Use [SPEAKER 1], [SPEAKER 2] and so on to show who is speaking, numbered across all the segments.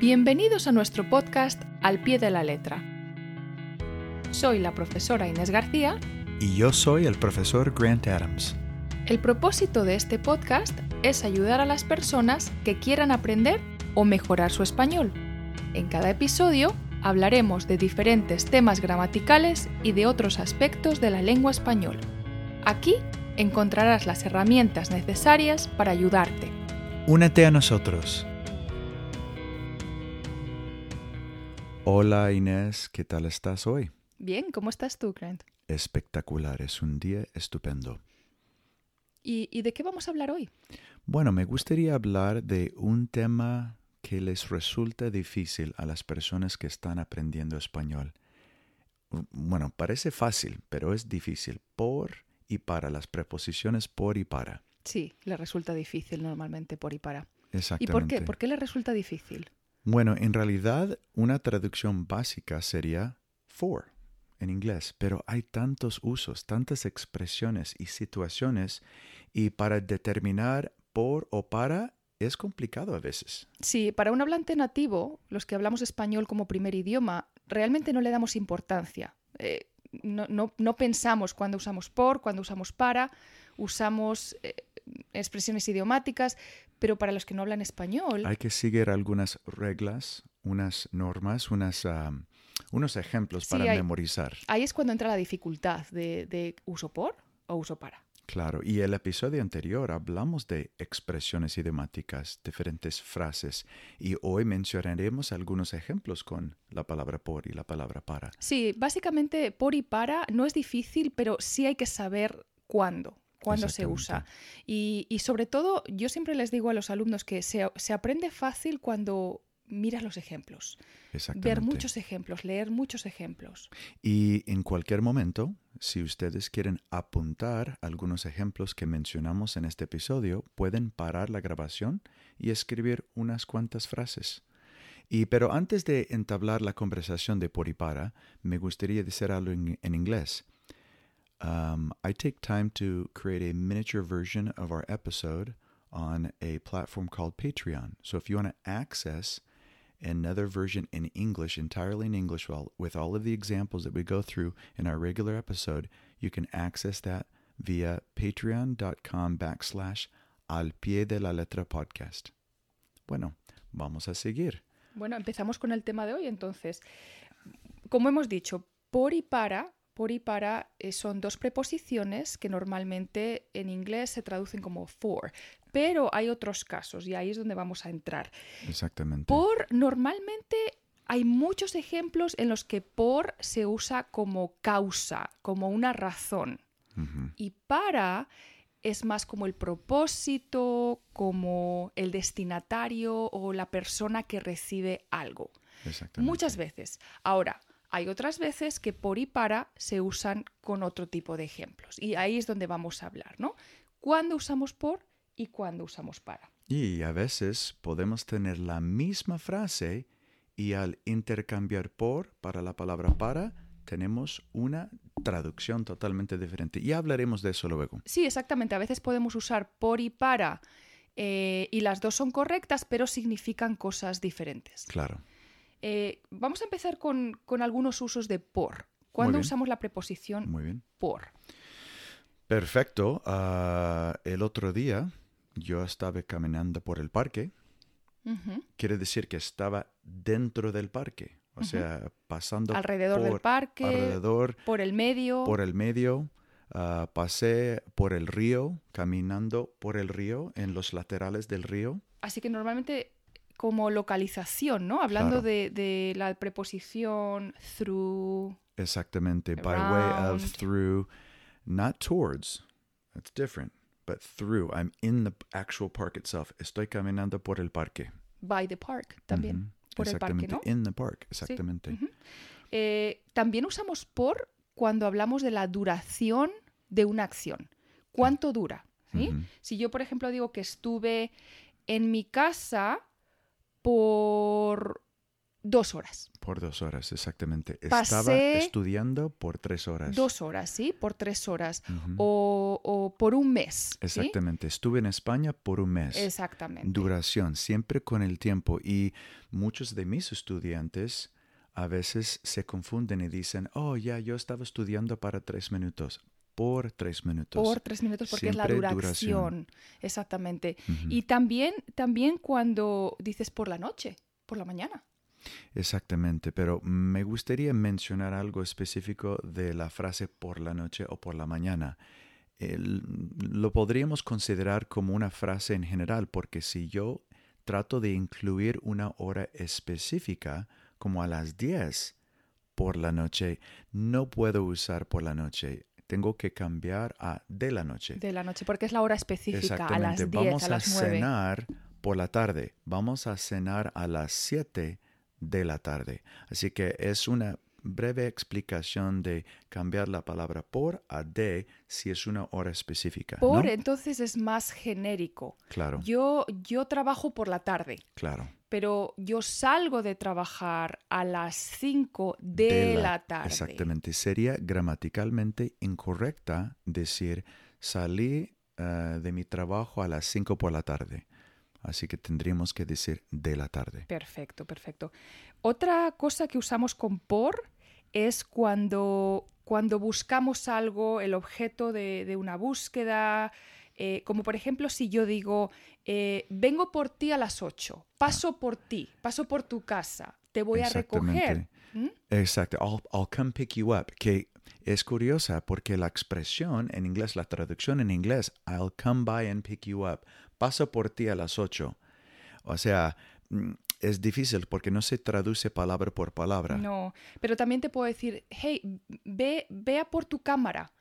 [SPEAKER 1] Bienvenidos a nuestro podcast Al pie de la letra. Soy la profesora Inés García.
[SPEAKER 2] Y yo soy el profesor Grant Adams.
[SPEAKER 1] El propósito de este podcast es ayudar a las personas que quieran aprender o mejorar su español. En cada episodio hablaremos de diferentes temas gramaticales y de otros aspectos de la lengua española. Aquí encontrarás las herramientas necesarias para ayudarte.
[SPEAKER 2] Únete a nosotros. Hola Inés, ¿qué tal estás hoy?
[SPEAKER 1] Bien, ¿cómo estás tú, Grant?
[SPEAKER 2] Espectacular, es un día estupendo.
[SPEAKER 1] ¿Y, y de qué vamos a hablar hoy?
[SPEAKER 2] Bueno, me gustaría hablar de un tema que les resulta difícil a las personas que están aprendiendo español. Bueno, parece fácil, pero es difícil por y para, las preposiciones por y para.
[SPEAKER 1] Sí, le resulta difícil normalmente por y para.
[SPEAKER 2] Exactamente.
[SPEAKER 1] ¿Y por qué? ¿Por qué le resulta difícil?
[SPEAKER 2] Bueno, en realidad una traducción básica sería for en inglés, pero hay tantos usos, tantas expresiones y situaciones y para determinar por o para es complicado a veces.
[SPEAKER 1] Sí, para un hablante nativo, los que hablamos español como primer idioma, realmente no le damos importancia. Eh, no, no, no, pensamos cuando usamos por, cuando usamos para, usamos eh, expresiones idiomáticas, pero para los que no hablan español.
[SPEAKER 2] Hay que seguir algunas reglas, unas normas, unas, um, unos ejemplos
[SPEAKER 1] Sí,
[SPEAKER 2] para
[SPEAKER 1] hay-
[SPEAKER 2] memorizar.
[SPEAKER 1] Ahí es cuando entra la dificultad de, de uso por o uso para.
[SPEAKER 2] Claro, y el episodio anterior hablamos de expresiones idiomáticas, diferentes frases, y hoy mencionaremos algunos ejemplos con la palabra por y la palabra para.
[SPEAKER 1] Sí, básicamente por y para no es difícil, pero sí hay que saber cuándo, cuándo se usa. Y, y sobre todo, yo siempre les digo a los alumnos que se, se aprende fácil cuando miras los ejemplos,
[SPEAKER 2] Exactamente.
[SPEAKER 1] ver muchos ejemplos, leer muchos ejemplos.
[SPEAKER 2] Y en cualquier momento, si ustedes quieren apuntar algunos ejemplos que mencionamos en este episodio, pueden parar la grabación y escribir unas cuantas frases. Y pero antes de entablar la conversación de por y para, me gustaría decir algo en, en inglés. Um, I take time to create a miniature version of our episode on a platform called Patreon. So if you want to access another version in English, entirely in English, well, with all of the examples that we go through in our regular episode, you can access that via patreon.com backslash al pie de la letra podcast. Bueno, vamos a seguir.
[SPEAKER 1] Bueno, empezamos con el tema de hoy entonces. Como hemos dicho, por y para, por y para eh, son dos preposiciones que normalmente en inglés se traducen como for, pero hay otros casos y ahí es donde vamos a entrar.
[SPEAKER 2] Exactamente.
[SPEAKER 1] Por normalmente hay muchos ejemplos en los que por se usa como causa, como una razón.
[SPEAKER 2] Ujú.
[SPEAKER 1] Y para es más como el propósito, como el destinatario o la persona que recibe algo.
[SPEAKER 2] Exactamente.
[SPEAKER 1] Muchas veces. Ahora, hay otras veces que por y para se usan con otro tipo de ejemplos. Y ahí es donde vamos a hablar, ¿no? ¿Cuándo usamos por y cuándo usamos para?
[SPEAKER 2] Y a veces podemos tener la misma frase y al intercambiar por para la palabra para, tenemos una traducción totalmente diferente. Y hablaremos de eso luego.
[SPEAKER 1] Sí, exactamente. A veces podemos usar por y para eh, y las dos son correctas, pero significan cosas diferentes.
[SPEAKER 2] Claro.
[SPEAKER 1] Eh, vamos a empezar con, con algunos usos de por. Cuando
[SPEAKER 2] bien.
[SPEAKER 1] usamos la preposición
[SPEAKER 2] Muy bien.
[SPEAKER 1] por?
[SPEAKER 2] Perfecto. Ah, el otro día yo estaba caminando por el parque.
[SPEAKER 1] Ujú.
[SPEAKER 2] Quiere decir que estaba dentro del parque. O
[SPEAKER 1] Ujú.
[SPEAKER 2] sea, pasando
[SPEAKER 1] Alrededor del
[SPEAKER 2] por-
[SPEAKER 1] parque,
[SPEAKER 2] alrededor,
[SPEAKER 1] por el medio.
[SPEAKER 2] por el medio. ah, pasé por el río, caminando por el río, en los laterales del río.
[SPEAKER 1] Así que normalmente como localización, ¿no? Hablando
[SPEAKER 2] Claro.
[SPEAKER 1] de, de la preposición through.
[SPEAKER 2] Exactamente. By way of
[SPEAKER 1] Around.
[SPEAKER 2] through, not towards. That's different. But through. I'm in the actual park itself. Estoy caminando por el parque.
[SPEAKER 1] by the park también.
[SPEAKER 2] Ujú.
[SPEAKER 1] Por el parque,
[SPEAKER 2] Exactamente.
[SPEAKER 1] ¿no?
[SPEAKER 2] In the park. Exactamente.
[SPEAKER 1] ujú. Eh, también usamos por cuando hablamos de la duración de una acción. ¿Cuánto dura? ¿Sí?
[SPEAKER 2] Ujú.
[SPEAKER 1] Si yo, por ejemplo, digo que estuve en mi casa por dos horas.
[SPEAKER 2] Por dos horas, exactamente. Estaba
[SPEAKER 1] Pasé-
[SPEAKER 2] estudiando por tres horas.
[SPEAKER 1] Dos horas, ¿sí? Por tres horas.
[SPEAKER 2] Ujú.
[SPEAKER 1] O, o por un mes. ¿sí?
[SPEAKER 2] Exactamente. Estuve en España por un mes.
[SPEAKER 1] Exactamente.
[SPEAKER 2] Duración, siempre con el tiempo. Y muchos de mis estudiantes a veces se confunden y dicen, oh, ya, yo estaba estudiando para tres minutos. Por tres minutos.
[SPEAKER 1] por tres minutos porque es la
[SPEAKER 2] siempre
[SPEAKER 1] duración.
[SPEAKER 2] duración.
[SPEAKER 1] Exactamente.
[SPEAKER 2] Ujú.
[SPEAKER 1] Y también, también cuando dices por la noche, por la mañana.
[SPEAKER 2] Exactamente, pero me gustaría mencionar algo específico de la frase por la noche o por la mañana. El- lo podríamos considerar como una frase en general, porque si yo trato de incluir una hora específica, como a las 10 por la noche, no puedo usar por la noche. Tengo que cambiar a de la noche.
[SPEAKER 1] De la noche, porque es la hora específica, a las 10,
[SPEAKER 2] Vamos
[SPEAKER 1] a
[SPEAKER 2] a,
[SPEAKER 1] las 9.
[SPEAKER 2] cenar por la tarde. Vamos a cenar a las 7 de la tarde. Así que es una breve explicación de cambiar la palabra por a de si es una hora específica. ¿no?
[SPEAKER 1] Por entonces es más genérico.
[SPEAKER 2] Claro,
[SPEAKER 1] Yo, yo trabajo por la tarde,
[SPEAKER 2] claro.
[SPEAKER 1] pero yo salgo de trabajar a las 5 de, la, tarde.
[SPEAKER 2] Exactamente. Sería gramaticalmente incorrecta decir salí eh, de mi trabajo a las 5 por la tarde. Así que tendríamos que decir de la tarde.
[SPEAKER 1] Perfecto, perfecto. Otra cosa que usamos con por es cuando, cuando buscamos algo, el objeto de, de una búsqueda, eh, como por ejemplo si yo digo, eh, vengo por ti a las 8, paso por ti, paso por tu casa, te voy a recoger.
[SPEAKER 2] Exactamente.
[SPEAKER 1] ¿Mm?
[SPEAKER 2] Exacto. I'll, I'll come pick you up. Que es curiosa porque la expresión en inglés, la traducción en inglés, I'll come by and pick you up. Paso por ti a las 8. O sea, mm, es difícil porque no se traduce palabra por palabra.
[SPEAKER 1] No, pero también te puedo decir, hey, ve, ve a por tu cámara,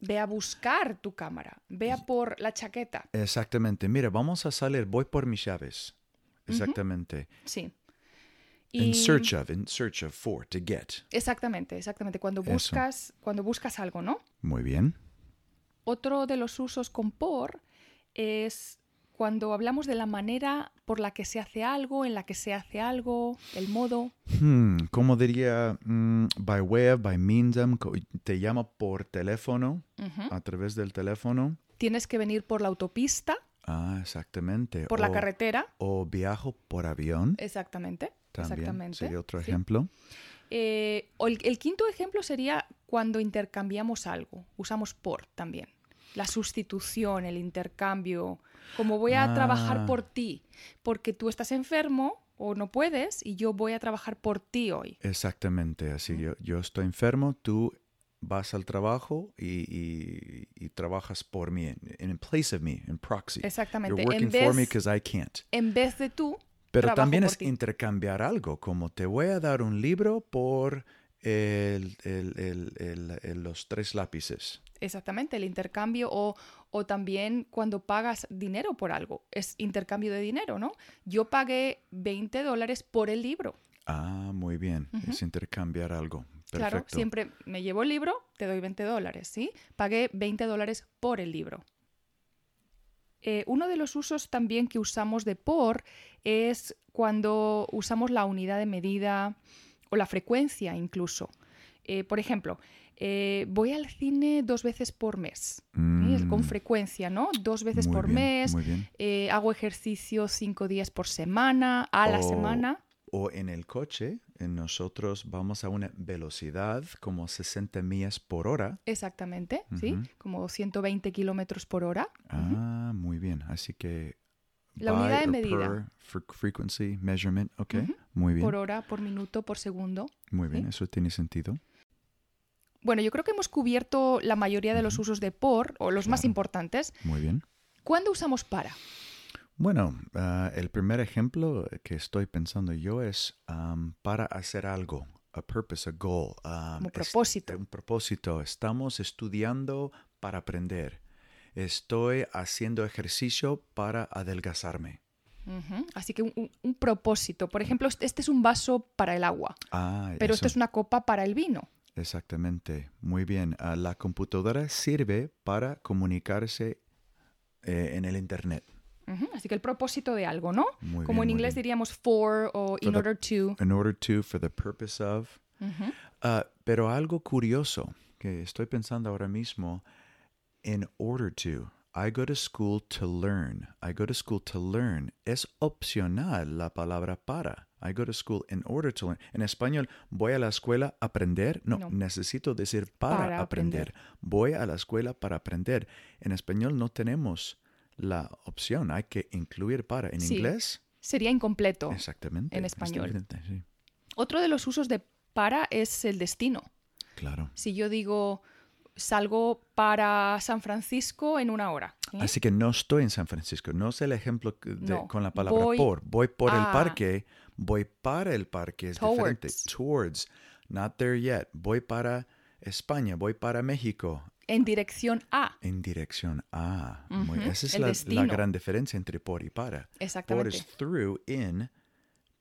[SPEAKER 1] ve a buscar tu cámara, ve a por la chaqueta.
[SPEAKER 2] Exactamente. Mira, vamos a salir. Voy por mis llaves. Exactamente.
[SPEAKER 1] Sí.
[SPEAKER 2] In search of, in search of, for, to get.
[SPEAKER 1] Exactamente, exactamente. Cuando
[SPEAKER 2] Eso.
[SPEAKER 1] buscas, cuando buscas algo, ¿no?
[SPEAKER 2] Muy bien.
[SPEAKER 1] Otro de los usos con por es cuando hablamos de la manera por la que se hace algo, en la que se hace algo, el modo.
[SPEAKER 2] Hmm, ¿Cómo diría? mm, by way of, by means of, co- te llama por teléfono, a través del teléfono.
[SPEAKER 1] Tienes que venir por la autopista,
[SPEAKER 2] Ah, exactamente.
[SPEAKER 1] por la
[SPEAKER 2] O-
[SPEAKER 1] carretera.
[SPEAKER 2] O viajo por avión.
[SPEAKER 1] Exactamente.
[SPEAKER 2] También
[SPEAKER 1] exactamente.
[SPEAKER 2] sería otro
[SPEAKER 1] sí.
[SPEAKER 2] ejemplo.
[SPEAKER 1] Eh, o el, el quinto ejemplo sería cuando intercambiamos algo. Usamos por también. La sustitución, el intercambio. Como voy a trabajar
[SPEAKER 2] Ah.
[SPEAKER 1] por ti, porque tú estás enfermo o no puedes y yo voy a trabajar por ti hoy.
[SPEAKER 2] Exactamente. Así yo, yo estoy enfermo, tú vas al trabajo y, y- y trabajas por mí, en- in place of me, in proxy.
[SPEAKER 1] Exactamente.
[SPEAKER 2] You're working
[SPEAKER 1] En
[SPEAKER 2] for me
[SPEAKER 1] vez,
[SPEAKER 2] because I can't.
[SPEAKER 1] en vez de tú,
[SPEAKER 2] Pero
[SPEAKER 1] trabajo
[SPEAKER 2] también
[SPEAKER 1] por
[SPEAKER 2] es
[SPEAKER 1] ti.
[SPEAKER 2] intercambiar algo, como te voy a dar un libro por el- el- el- el- el- los tres lápices.
[SPEAKER 1] Exactamente, el intercambio o, o también cuando pagas dinero por algo. Es intercambio de dinero, ¿no? Yo pagué 20 dólares por el libro.
[SPEAKER 2] Ah, muy bien. Es intercambiar algo. Perfecto.
[SPEAKER 1] Claro, siempre me llevo el libro, te doy 20 dólares, ¿sí? Pagué 20 dólares por el libro. Eh, uno de los usos también que usamos de por es cuando usamos la unidad de medida o la frecuencia incluso. Eh, por ejemplo, eh, voy al cine dos veces por mes, ¿sí?
[SPEAKER 2] Mm,
[SPEAKER 1] con frecuencia, ¿no? Dos veces
[SPEAKER 2] muy
[SPEAKER 1] por
[SPEAKER 2] bien,
[SPEAKER 1] mes,
[SPEAKER 2] Muy bien.
[SPEAKER 1] eh, hago ejercicio cinco días por semana, a la
[SPEAKER 2] O-
[SPEAKER 1] semana.
[SPEAKER 2] O en el coche, en nosotros vamos a una velocidad como 60 millas por hora.
[SPEAKER 1] Exactamente, ¿sí?
[SPEAKER 2] Ujú.
[SPEAKER 1] Como 120 kilómetros por hora. Ujú.
[SPEAKER 2] Ah, muy bien. Así que...
[SPEAKER 1] La
[SPEAKER 2] by
[SPEAKER 1] unidad de
[SPEAKER 2] or
[SPEAKER 1] medida.
[SPEAKER 2] per fre- frequency, measurement. Ok,
[SPEAKER 1] Ujú.
[SPEAKER 2] muy bien.
[SPEAKER 1] Por hora, por minuto, por segundo.
[SPEAKER 2] Muy bien,
[SPEAKER 1] sí.
[SPEAKER 2] eso tiene sentido.
[SPEAKER 1] Bueno, yo creo que hemos cubierto la mayoría de los
[SPEAKER 2] Ujú.
[SPEAKER 1] usos de por, o los más
[SPEAKER 2] Claro.
[SPEAKER 1] importantes.
[SPEAKER 2] Muy bien.
[SPEAKER 1] ¿Cuándo usamos para?
[SPEAKER 2] Bueno, ah, el primer ejemplo que estoy pensando yo es am, para hacer algo, a purpose, a goal. am,
[SPEAKER 1] Como
[SPEAKER 2] es-
[SPEAKER 1] propósito.
[SPEAKER 2] un propósito. Estamos estudiando para aprender. Estoy haciendo ejercicio para adelgazarme.
[SPEAKER 1] Ujú. Así que un, un- un propósito. Por ejemplo, este este es un vaso para el agua,
[SPEAKER 2] Ah,
[SPEAKER 1] pero esto
[SPEAKER 2] eso.
[SPEAKER 1] es una copa para el vino.
[SPEAKER 2] Exactamente. Muy bien. Ah, la computadora sirve para comunicarse eh, en el Internet.
[SPEAKER 1] Ujú, Así que el propósito de algo, ¿no? Como
[SPEAKER 2] Muy bien,
[SPEAKER 1] en
[SPEAKER 2] muy
[SPEAKER 1] inglés
[SPEAKER 2] bien.
[SPEAKER 1] diríamos for o in
[SPEAKER 2] the-
[SPEAKER 1] order to.
[SPEAKER 2] In order to, for the purpose of.
[SPEAKER 1] Ujú.
[SPEAKER 2] Ah, pero algo curioso que estoy pensando ahora mismo, in order to, I go to school to learn. I go to school to learn. Es opcional la palabra para. I go to school in order to learn. En español, voy a la escuela a aprender. No,
[SPEAKER 1] No.
[SPEAKER 2] necesito decir para,
[SPEAKER 1] Para
[SPEAKER 2] aprender.
[SPEAKER 1] aprender.
[SPEAKER 2] Voy a la escuela para aprender. En español no tenemos la opción. Hay que incluir para. En
[SPEAKER 1] Sí.
[SPEAKER 2] inglés,
[SPEAKER 1] Sería incompleto.
[SPEAKER 2] exactamente.
[SPEAKER 1] en español.
[SPEAKER 2] exactamente, sí.
[SPEAKER 1] Otro de los usos de para es el destino.
[SPEAKER 2] Claro.
[SPEAKER 1] Si yo digo salgo para San Francisco en una hora. ¿eh?
[SPEAKER 2] Así que no estoy en San Francisco. No es el ejemplo que- de-
[SPEAKER 1] No,
[SPEAKER 2] con la palabra
[SPEAKER 1] voy
[SPEAKER 2] por. Voy por el
[SPEAKER 1] a-
[SPEAKER 2] parque. Voy para el parque. Es diferente.
[SPEAKER 1] Towards.
[SPEAKER 2] Towards. Not there yet. Voy para España. Voy para México.
[SPEAKER 1] En dirección a.
[SPEAKER 2] En dirección a. Muy-
[SPEAKER 1] Ujú,
[SPEAKER 2] Esa es
[SPEAKER 1] el
[SPEAKER 2] la- la,
[SPEAKER 1] destino.
[SPEAKER 2] gran diferencia entre por y para. Por
[SPEAKER 1] Exactamente.
[SPEAKER 2] es through, in,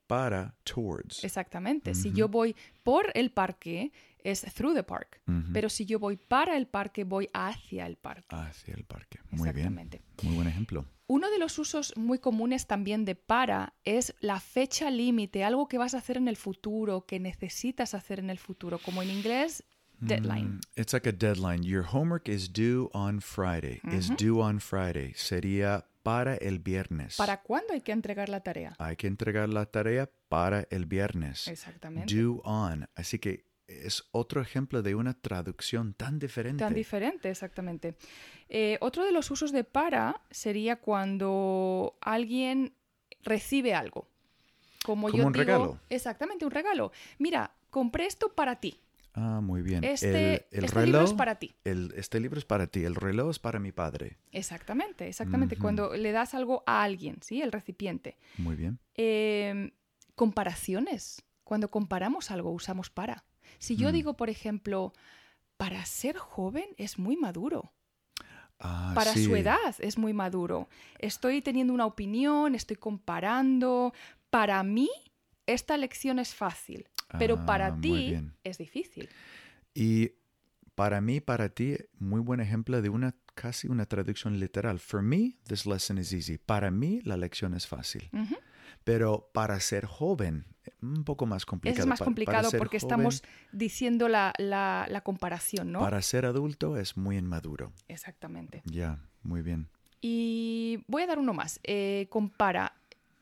[SPEAKER 2] para, towards.
[SPEAKER 1] Exactamente. Si yo voy por el parque, es through the park. Pero si yo voy para el parque, voy hacia el parque.
[SPEAKER 2] Hacia el parque. Ah, Muy bien.
[SPEAKER 1] Exactamente.
[SPEAKER 2] Muy buen ejemplo.
[SPEAKER 1] Uno de los usos muy comunes también de para es la fecha límite, algo que vas a hacer en el futuro, que necesitas hacer en el futuro, como en inglés,
[SPEAKER 2] Mm,
[SPEAKER 1] deadline.
[SPEAKER 2] It's like a deadline. Your homework is due on Friday. Is due on Friday. Sería para el viernes.
[SPEAKER 1] ¿Para cuándo hay que entregar la tarea?
[SPEAKER 2] Hay que entregar la tarea para el viernes.
[SPEAKER 1] Exactamente.
[SPEAKER 2] Due on. Así que es otro ejemplo de una traducción tan diferente.
[SPEAKER 1] Tan diferente, exactamente. Eh, otro de los usos de para sería cuando alguien recibe algo. Como,
[SPEAKER 2] Como
[SPEAKER 1] yo
[SPEAKER 2] un
[SPEAKER 1] digo-
[SPEAKER 2] regalo.
[SPEAKER 1] Exactamente, un regalo. Mira, compré esto para ti.
[SPEAKER 2] ah, muy bien.
[SPEAKER 1] Este,
[SPEAKER 2] el, el
[SPEAKER 1] este
[SPEAKER 2] reloj,
[SPEAKER 1] libro es para ti.
[SPEAKER 2] el- este libro es para ti. El reloj es para mi padre.
[SPEAKER 1] Exactamente, exactamente.
[SPEAKER 2] Ujú.
[SPEAKER 1] Cuando le das algo a alguien, ¿sí? El recipiente.
[SPEAKER 2] Muy bien.
[SPEAKER 1] Eh, comparaciones. Cuando comparamos algo, usamos para. Si yo
[SPEAKER 2] Mm.
[SPEAKER 1] digo, por ejemplo, para ser joven es muy maduro.
[SPEAKER 2] Ah,
[SPEAKER 1] para
[SPEAKER 2] sí.
[SPEAKER 1] su edad es muy maduro. Estoy teniendo una opinión, estoy comparando. Para mí, esta lección es fácil, pero
[SPEAKER 2] Ah,
[SPEAKER 1] para
[SPEAKER 2] muy
[SPEAKER 1] ti
[SPEAKER 2] bien.
[SPEAKER 1] es difícil.
[SPEAKER 2] Y para mí, para ti, muy buen ejemplo de una casi una traducción literal. For me, this lesson is easy. Para mí, la lección es fácil.
[SPEAKER 1] Ujú.
[SPEAKER 2] Pero para ser joven, un poco más complicado.
[SPEAKER 1] Es más
[SPEAKER 2] Pa- para
[SPEAKER 1] complicado
[SPEAKER 2] ser
[SPEAKER 1] porque
[SPEAKER 2] joven,
[SPEAKER 1] estamos diciendo la, la- la comparación, ¿no?
[SPEAKER 2] Para ser adulto es muy inmaduro.
[SPEAKER 1] Exactamente.
[SPEAKER 2] Ya, muy bien.
[SPEAKER 1] Y voy a dar uno más. Eh, compara.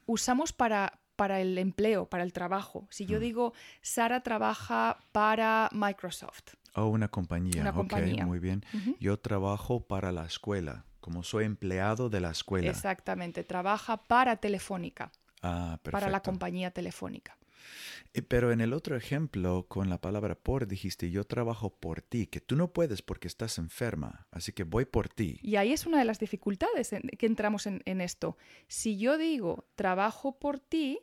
[SPEAKER 1] Usamos para, para el empleo, para el trabajo. Si
[SPEAKER 2] Mm.
[SPEAKER 1] yo digo, Sara trabaja para Microsoft.
[SPEAKER 2] Oh, una compañía.
[SPEAKER 1] Una
[SPEAKER 2] ok,
[SPEAKER 1] compañía.
[SPEAKER 2] muy bien.
[SPEAKER 1] Ujú.
[SPEAKER 2] Yo trabajo para la escuela, como soy empleado de la escuela.
[SPEAKER 1] Exactamente, trabaja para Telefónica.
[SPEAKER 2] Ah,
[SPEAKER 1] para la
[SPEAKER 2] perfecto.
[SPEAKER 1] compañía telefónica.
[SPEAKER 2] Eh, Pero en el otro ejemplo, con la palabra por, dijiste yo trabajo por ti, que tú no puedes porque estás enferma, así que voy por ti.
[SPEAKER 1] Y ahí es una de las dificultades en- que entramos en, en esto. Si yo digo trabajo por ti,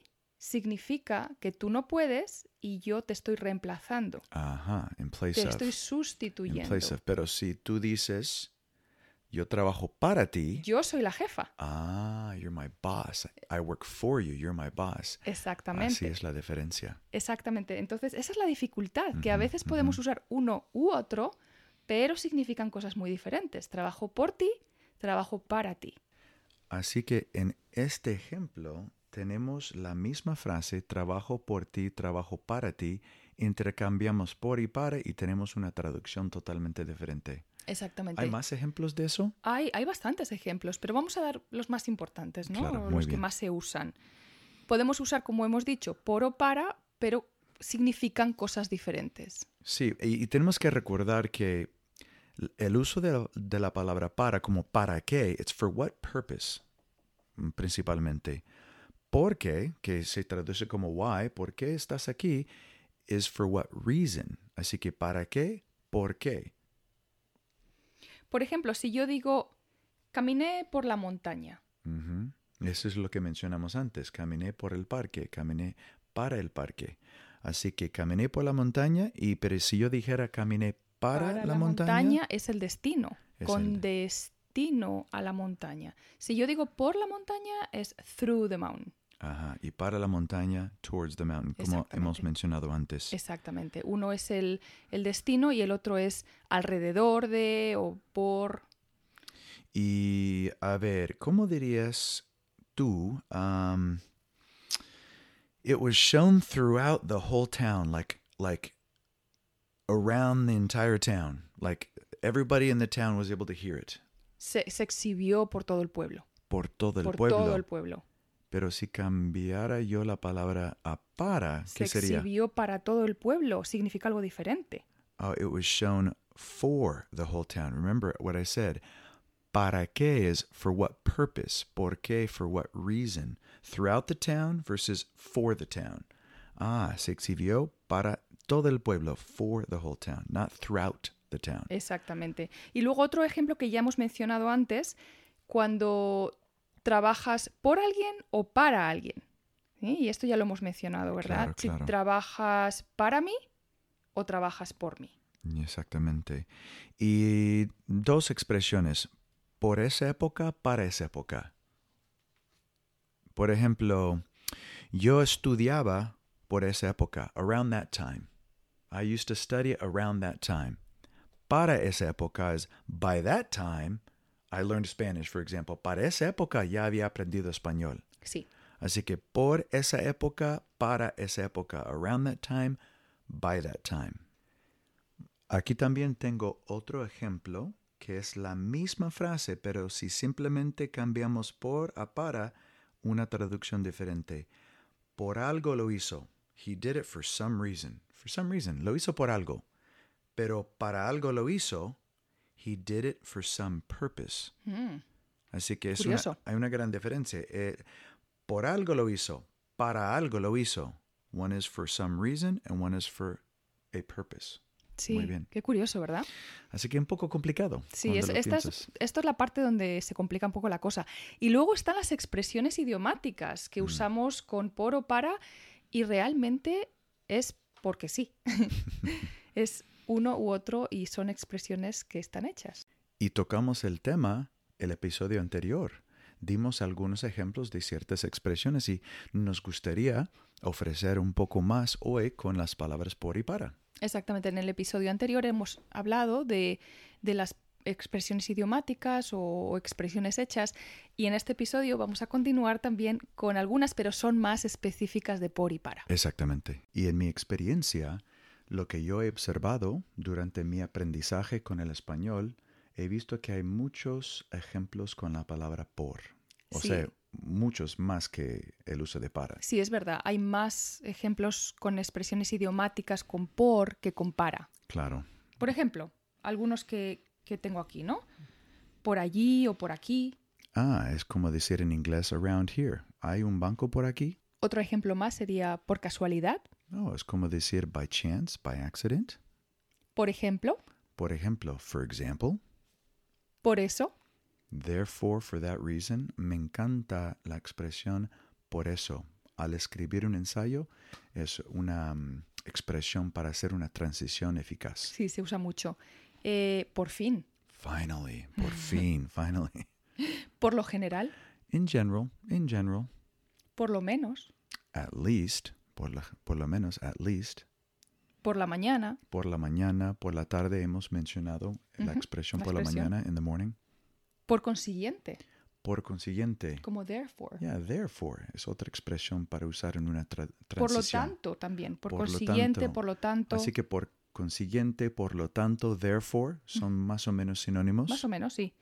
[SPEAKER 1] significa que tú no puedes y yo te estoy reemplazando,
[SPEAKER 2] Ajá, en place
[SPEAKER 1] te
[SPEAKER 2] of.
[SPEAKER 1] estoy
[SPEAKER 2] In
[SPEAKER 1] sustituyendo.
[SPEAKER 2] place of. Pero si tú dices yo trabajo para ti,
[SPEAKER 1] Yo soy la jefa,
[SPEAKER 2] ah, you're my boss. I work for you, you're my boss. Así
[SPEAKER 1] exactamente.
[SPEAKER 2] es la diferencia.
[SPEAKER 1] Exactamente. Entonces, esa es la dificultad, que a
[SPEAKER 2] Ujú,
[SPEAKER 1] veces podemos usar uno u otro, pero significan cosas muy diferentes. Trabajo por ti, trabajo para ti.
[SPEAKER 2] Así que en este ejemplo tenemos la misma frase, trabajo por ti, trabajo para ti, intercambiamos por y para y tenemos una traducción totalmente diferente.
[SPEAKER 1] Exactamente.
[SPEAKER 2] ¿Hay más ejemplos de eso?
[SPEAKER 1] Hay, hay bastantes ejemplos, pero vamos a dar los más importantes, ¿no?
[SPEAKER 2] Claro,
[SPEAKER 1] O
[SPEAKER 2] muy
[SPEAKER 1] los que
[SPEAKER 2] bien.
[SPEAKER 1] más se usan. Podemos usar, como hemos dicho, por o para, pero significan cosas diferentes.
[SPEAKER 2] Sí, y, y tenemos que recordar que l- el uso de la, de la palabra para como para qué, it's for what purpose, mm, principalmente. Porque, que se traduce como why, ¿por qué estás aquí? Is for what reason. Así que para qué, por qué.
[SPEAKER 1] Por ejemplo, si yo digo, caminé por la montaña,
[SPEAKER 2] Ujú. Eso es lo que mencionamos antes. Caminé por el parque, caminé para el parque. Así que caminé por la montaña y pero si yo dijera caminé para, la, montaña,
[SPEAKER 1] es el destino,
[SPEAKER 2] Es
[SPEAKER 1] con
[SPEAKER 2] el
[SPEAKER 1] destino a la montaña. Si yo digo por la montaña, es through the mountain.
[SPEAKER 2] Ajá, y para la montaña, towards the mountain, como hemos
[SPEAKER 1] Exactamente.
[SPEAKER 2] mencionado antes.
[SPEAKER 1] Exactamente. Uno es el, el destino y el otro es alrededor de o por.
[SPEAKER 2] Y a ver, ¿cómo dirías tú, um, it was shown throughout the whole town, like like around the entire town, like everybody in the town was able to hear it.
[SPEAKER 1] Se, se exhibió por todo el pueblo.
[SPEAKER 2] Por todo el
[SPEAKER 1] por
[SPEAKER 2] pueblo.
[SPEAKER 1] todo el pueblo.
[SPEAKER 2] Pero si cambiara yo la palabra a para,
[SPEAKER 1] Se
[SPEAKER 2] ¿qué sería?
[SPEAKER 1] exhibió para todo el pueblo. Significa algo diferente.
[SPEAKER 2] Oh, it was shown for the whole town. Remember what I said. Para qué is for what purpose, por qué for what reason. Throughout the town versus for the town. Ah, se exhibió para todo el pueblo, for the whole town, not throughout the town.
[SPEAKER 1] Exactamente. Y luego otro ejemplo que ya hemos mencionado antes, cuando trabajas por alguien o para alguien. ¿Sí? Y esto ya lo hemos mencionado, ¿verdad?
[SPEAKER 2] Claro, claro.
[SPEAKER 1] Si trabajas para mí o trabajas por mí.
[SPEAKER 2] Exactamente. Y dos expresiones, por esa época, para esa época. Por ejemplo, yo estudiaba por esa época, around that time. I used to study around that time. Para esa época is by that time I learned Spanish, for example. Para esa época ya había aprendido español.
[SPEAKER 1] Sí.
[SPEAKER 2] Así que por esa época, para esa época, around that time, by that time. Aquí también tengo otro ejemplo que es la misma frase, pero si simplemente cambiamos por a para, una traducción diferente. Por algo lo hizo. He did it for some reason. For some reason, lo hizo por algo. Pero para algo lo hizo. He did it for some purpose.
[SPEAKER 1] Mm,
[SPEAKER 2] Así que es una-
[SPEAKER 1] Curioso.
[SPEAKER 2] hay una gran diferencia. Eh, por algo lo hizo, para algo lo hizo. One is for some reason and one is for a purpose.
[SPEAKER 1] sí.
[SPEAKER 2] Muy bien.
[SPEAKER 1] Qué curioso, ¿verdad?
[SPEAKER 2] Así que un poco complicado.
[SPEAKER 1] Sí,
[SPEAKER 2] cuando
[SPEAKER 1] es-
[SPEAKER 2] lo
[SPEAKER 1] esta, es,
[SPEAKER 2] piensas.
[SPEAKER 1] esta es la parte donde se complica un poco la cosa. Y luego están las expresiones idiomáticas
[SPEAKER 2] Mm.
[SPEAKER 1] que usamos con por o para y realmente es porque sí. es uno u otro y son expresiones que están hechas.
[SPEAKER 2] Y tocamos el tema el episodio anterior. Dimos algunos ejemplos de ciertas expresiones y nos gustaría ofrecer un poco más hoy con las palabras por y para.
[SPEAKER 1] Exactamente, en el episodio anterior hemos hablado de, de las expresiones idiomáticas o, o expresiones hechas y en este episodio vamos a continuar también con algunas, pero son más específicas de por y para.
[SPEAKER 2] Exactamente. Y en mi experiencia, lo que yo he observado durante mi aprendizaje con el español, he visto que hay muchos ejemplos con la palabra por. O
[SPEAKER 1] Sí.
[SPEAKER 2] sea, muchos más que el uso de para.
[SPEAKER 1] Sí, es verdad. Hay más ejemplos con expresiones idiomáticas con por que con para.
[SPEAKER 2] Claro.
[SPEAKER 1] Por ejemplo, algunos que, que tengo aquí, ¿no? Por allí o por aquí.
[SPEAKER 2] Ah, es como decir en inglés around here. ¿Hay un banco por aquí?
[SPEAKER 1] Otro ejemplo más sería por casualidad,
[SPEAKER 2] No, es como decir by chance, by accident.
[SPEAKER 1] por ejemplo,
[SPEAKER 2] Por ejemplo, for example,
[SPEAKER 1] por eso,
[SPEAKER 2] Therefore, for that reason, me encanta la expresión por eso. Al escribir un ensayo es una mm, expresión para hacer una transición eficaz.
[SPEAKER 1] sí, se usa mucho. Eh, por fin,
[SPEAKER 2] Finally, por fin, finally.
[SPEAKER 1] por lo general,
[SPEAKER 2] In general, in general,
[SPEAKER 1] por lo menos,
[SPEAKER 2] at least, por, la- por lo menos, at least,
[SPEAKER 1] por la mañana,
[SPEAKER 2] por la mañana, por la tarde hemos mencionado la
[SPEAKER 1] Ujú,
[SPEAKER 2] expresión
[SPEAKER 1] la
[SPEAKER 2] por la
[SPEAKER 1] expresión.
[SPEAKER 2] mañana, in the morning.
[SPEAKER 1] por consiguiente,
[SPEAKER 2] Por consiguiente,
[SPEAKER 1] como therefore.
[SPEAKER 2] yeah, therefore es otra expresión para usar en una tra- transición.
[SPEAKER 1] Por lo tanto, también, por,
[SPEAKER 2] Por lo
[SPEAKER 1] consiguiente,
[SPEAKER 2] tanto.
[SPEAKER 1] por lo tanto,
[SPEAKER 2] Así que por consiguiente, por lo tanto, therefore, son más o menos sinónimos.
[SPEAKER 1] más o menos, sí.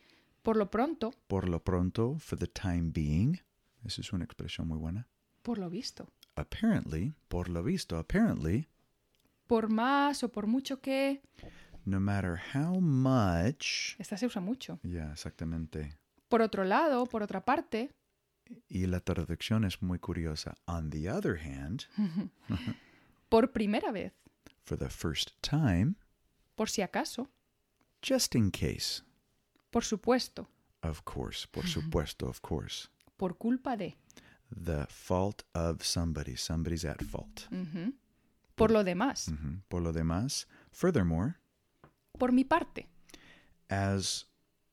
[SPEAKER 1] Por lo pronto,
[SPEAKER 2] Por lo pronto, for the time being. Esa es una expresión muy buena.
[SPEAKER 1] por lo visto.
[SPEAKER 2] Apparently, por lo visto, apparently,
[SPEAKER 1] por más o por mucho que.
[SPEAKER 2] no matter how much.
[SPEAKER 1] Esta se usa mucho.
[SPEAKER 2] Ya, exactamente.
[SPEAKER 1] Por otro lado, por otra parte,
[SPEAKER 2] Y la traducción es muy curiosa. On the other hand,
[SPEAKER 1] por primera vez,
[SPEAKER 2] for the first time,
[SPEAKER 1] por si acaso,
[SPEAKER 2] just in case.
[SPEAKER 1] por supuesto,
[SPEAKER 2] Of course, por supuesto, of course.
[SPEAKER 1] por culpa de.
[SPEAKER 2] The fault of somebody. Somebody's at fault.
[SPEAKER 1] Ujú. Por lo demás,
[SPEAKER 2] Ujú. Por lo demás, furthermore,
[SPEAKER 1] por mi parte.
[SPEAKER 2] as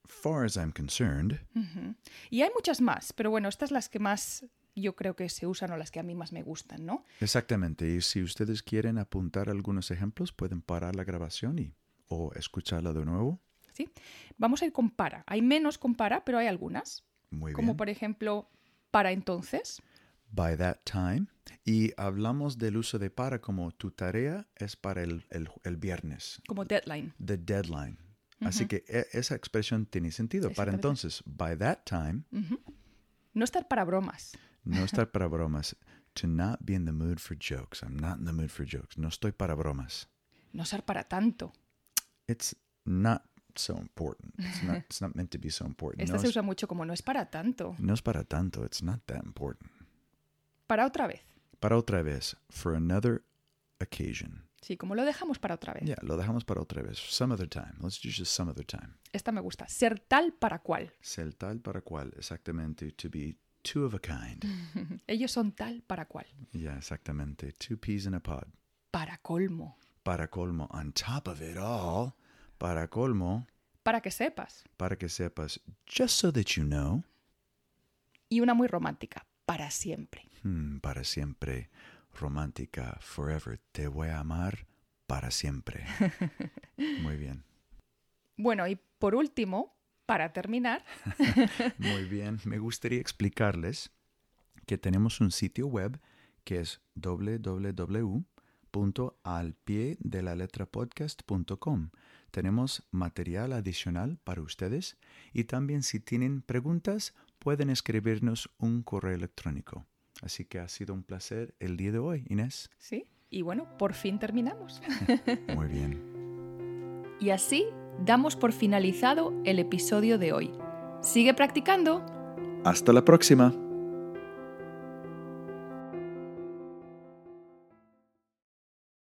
[SPEAKER 2] far as I'm concerned,
[SPEAKER 1] Ujú. Y hay muchas más, pero bueno, estas las que más yo creo que se usan o las que a mí más me gustan, ¿no?
[SPEAKER 2] exactamente. Y si ustedes quieren apuntar algunos ejemplos, pueden parar la grabación y o escucharla de nuevo.
[SPEAKER 1] ¿Sí? Vamos a ir con para. Hay menos con para, pero hay algunas.
[SPEAKER 2] Muy
[SPEAKER 1] como
[SPEAKER 2] bien.
[SPEAKER 1] por ejemplo, para entonces.
[SPEAKER 2] by that time. Y hablamos del uso de para como tu tarea es para el, el- el viernes,
[SPEAKER 1] como deadline.
[SPEAKER 2] the deadline. Así que e- esa expresión tiene sentido. Para
[SPEAKER 1] Exactamente.
[SPEAKER 2] entonces, by that time,
[SPEAKER 1] No estar para bromas.
[SPEAKER 2] no estar para bromas. To not be in the mood for jokes. I'm not in the mood for jokes. No estoy para bromas.
[SPEAKER 1] No estar para tanto.
[SPEAKER 2] It's not so important. It's not, it's not meant to be so important.
[SPEAKER 1] Esta
[SPEAKER 2] No
[SPEAKER 1] se
[SPEAKER 2] es,
[SPEAKER 1] usa mucho como no es para tanto.
[SPEAKER 2] no es para tanto. It's not that important.
[SPEAKER 1] Para otra vez.
[SPEAKER 2] Para otra vez, for another occasion.
[SPEAKER 1] Sí, como lo dejamos para otra vez.
[SPEAKER 2] Yeah, lo dejamos para otra vez. Some other time. Let's do just some other time.
[SPEAKER 1] Esta me gusta. Ser tal para cual.
[SPEAKER 2] Ser tal para cual, exactamente. To be two of a kind.
[SPEAKER 1] Ellos son tal para cual.
[SPEAKER 2] Yeah, exactamente. Two peas in a pod.
[SPEAKER 1] Para colmo.
[SPEAKER 2] Para colmo, on top of it all, para colmo,
[SPEAKER 1] Para que sepas.
[SPEAKER 2] para que sepas, just so that you know,
[SPEAKER 1] Y una muy romántica. Para siempre.
[SPEAKER 2] hmm, para siempre, romántica, forever, te voy a amar para siempre. Muy bien.
[SPEAKER 1] Bueno, y por último, para terminar,
[SPEAKER 2] Muy bien, me gustaría explicarles que tenemos un sitio web que es www.alpiedelalletrapodcast.com. Tenemos material adicional para ustedes y también si tienen preguntas pueden escribirnos un correo electrónico. Así que ha sido un placer el día de hoy, Inés.
[SPEAKER 1] ¿sí? Y bueno, por fin terminamos.
[SPEAKER 2] Muy bien.
[SPEAKER 1] Y así damos por finalizado el episodio de hoy. Sigue practicando.
[SPEAKER 2] Hasta la próxima.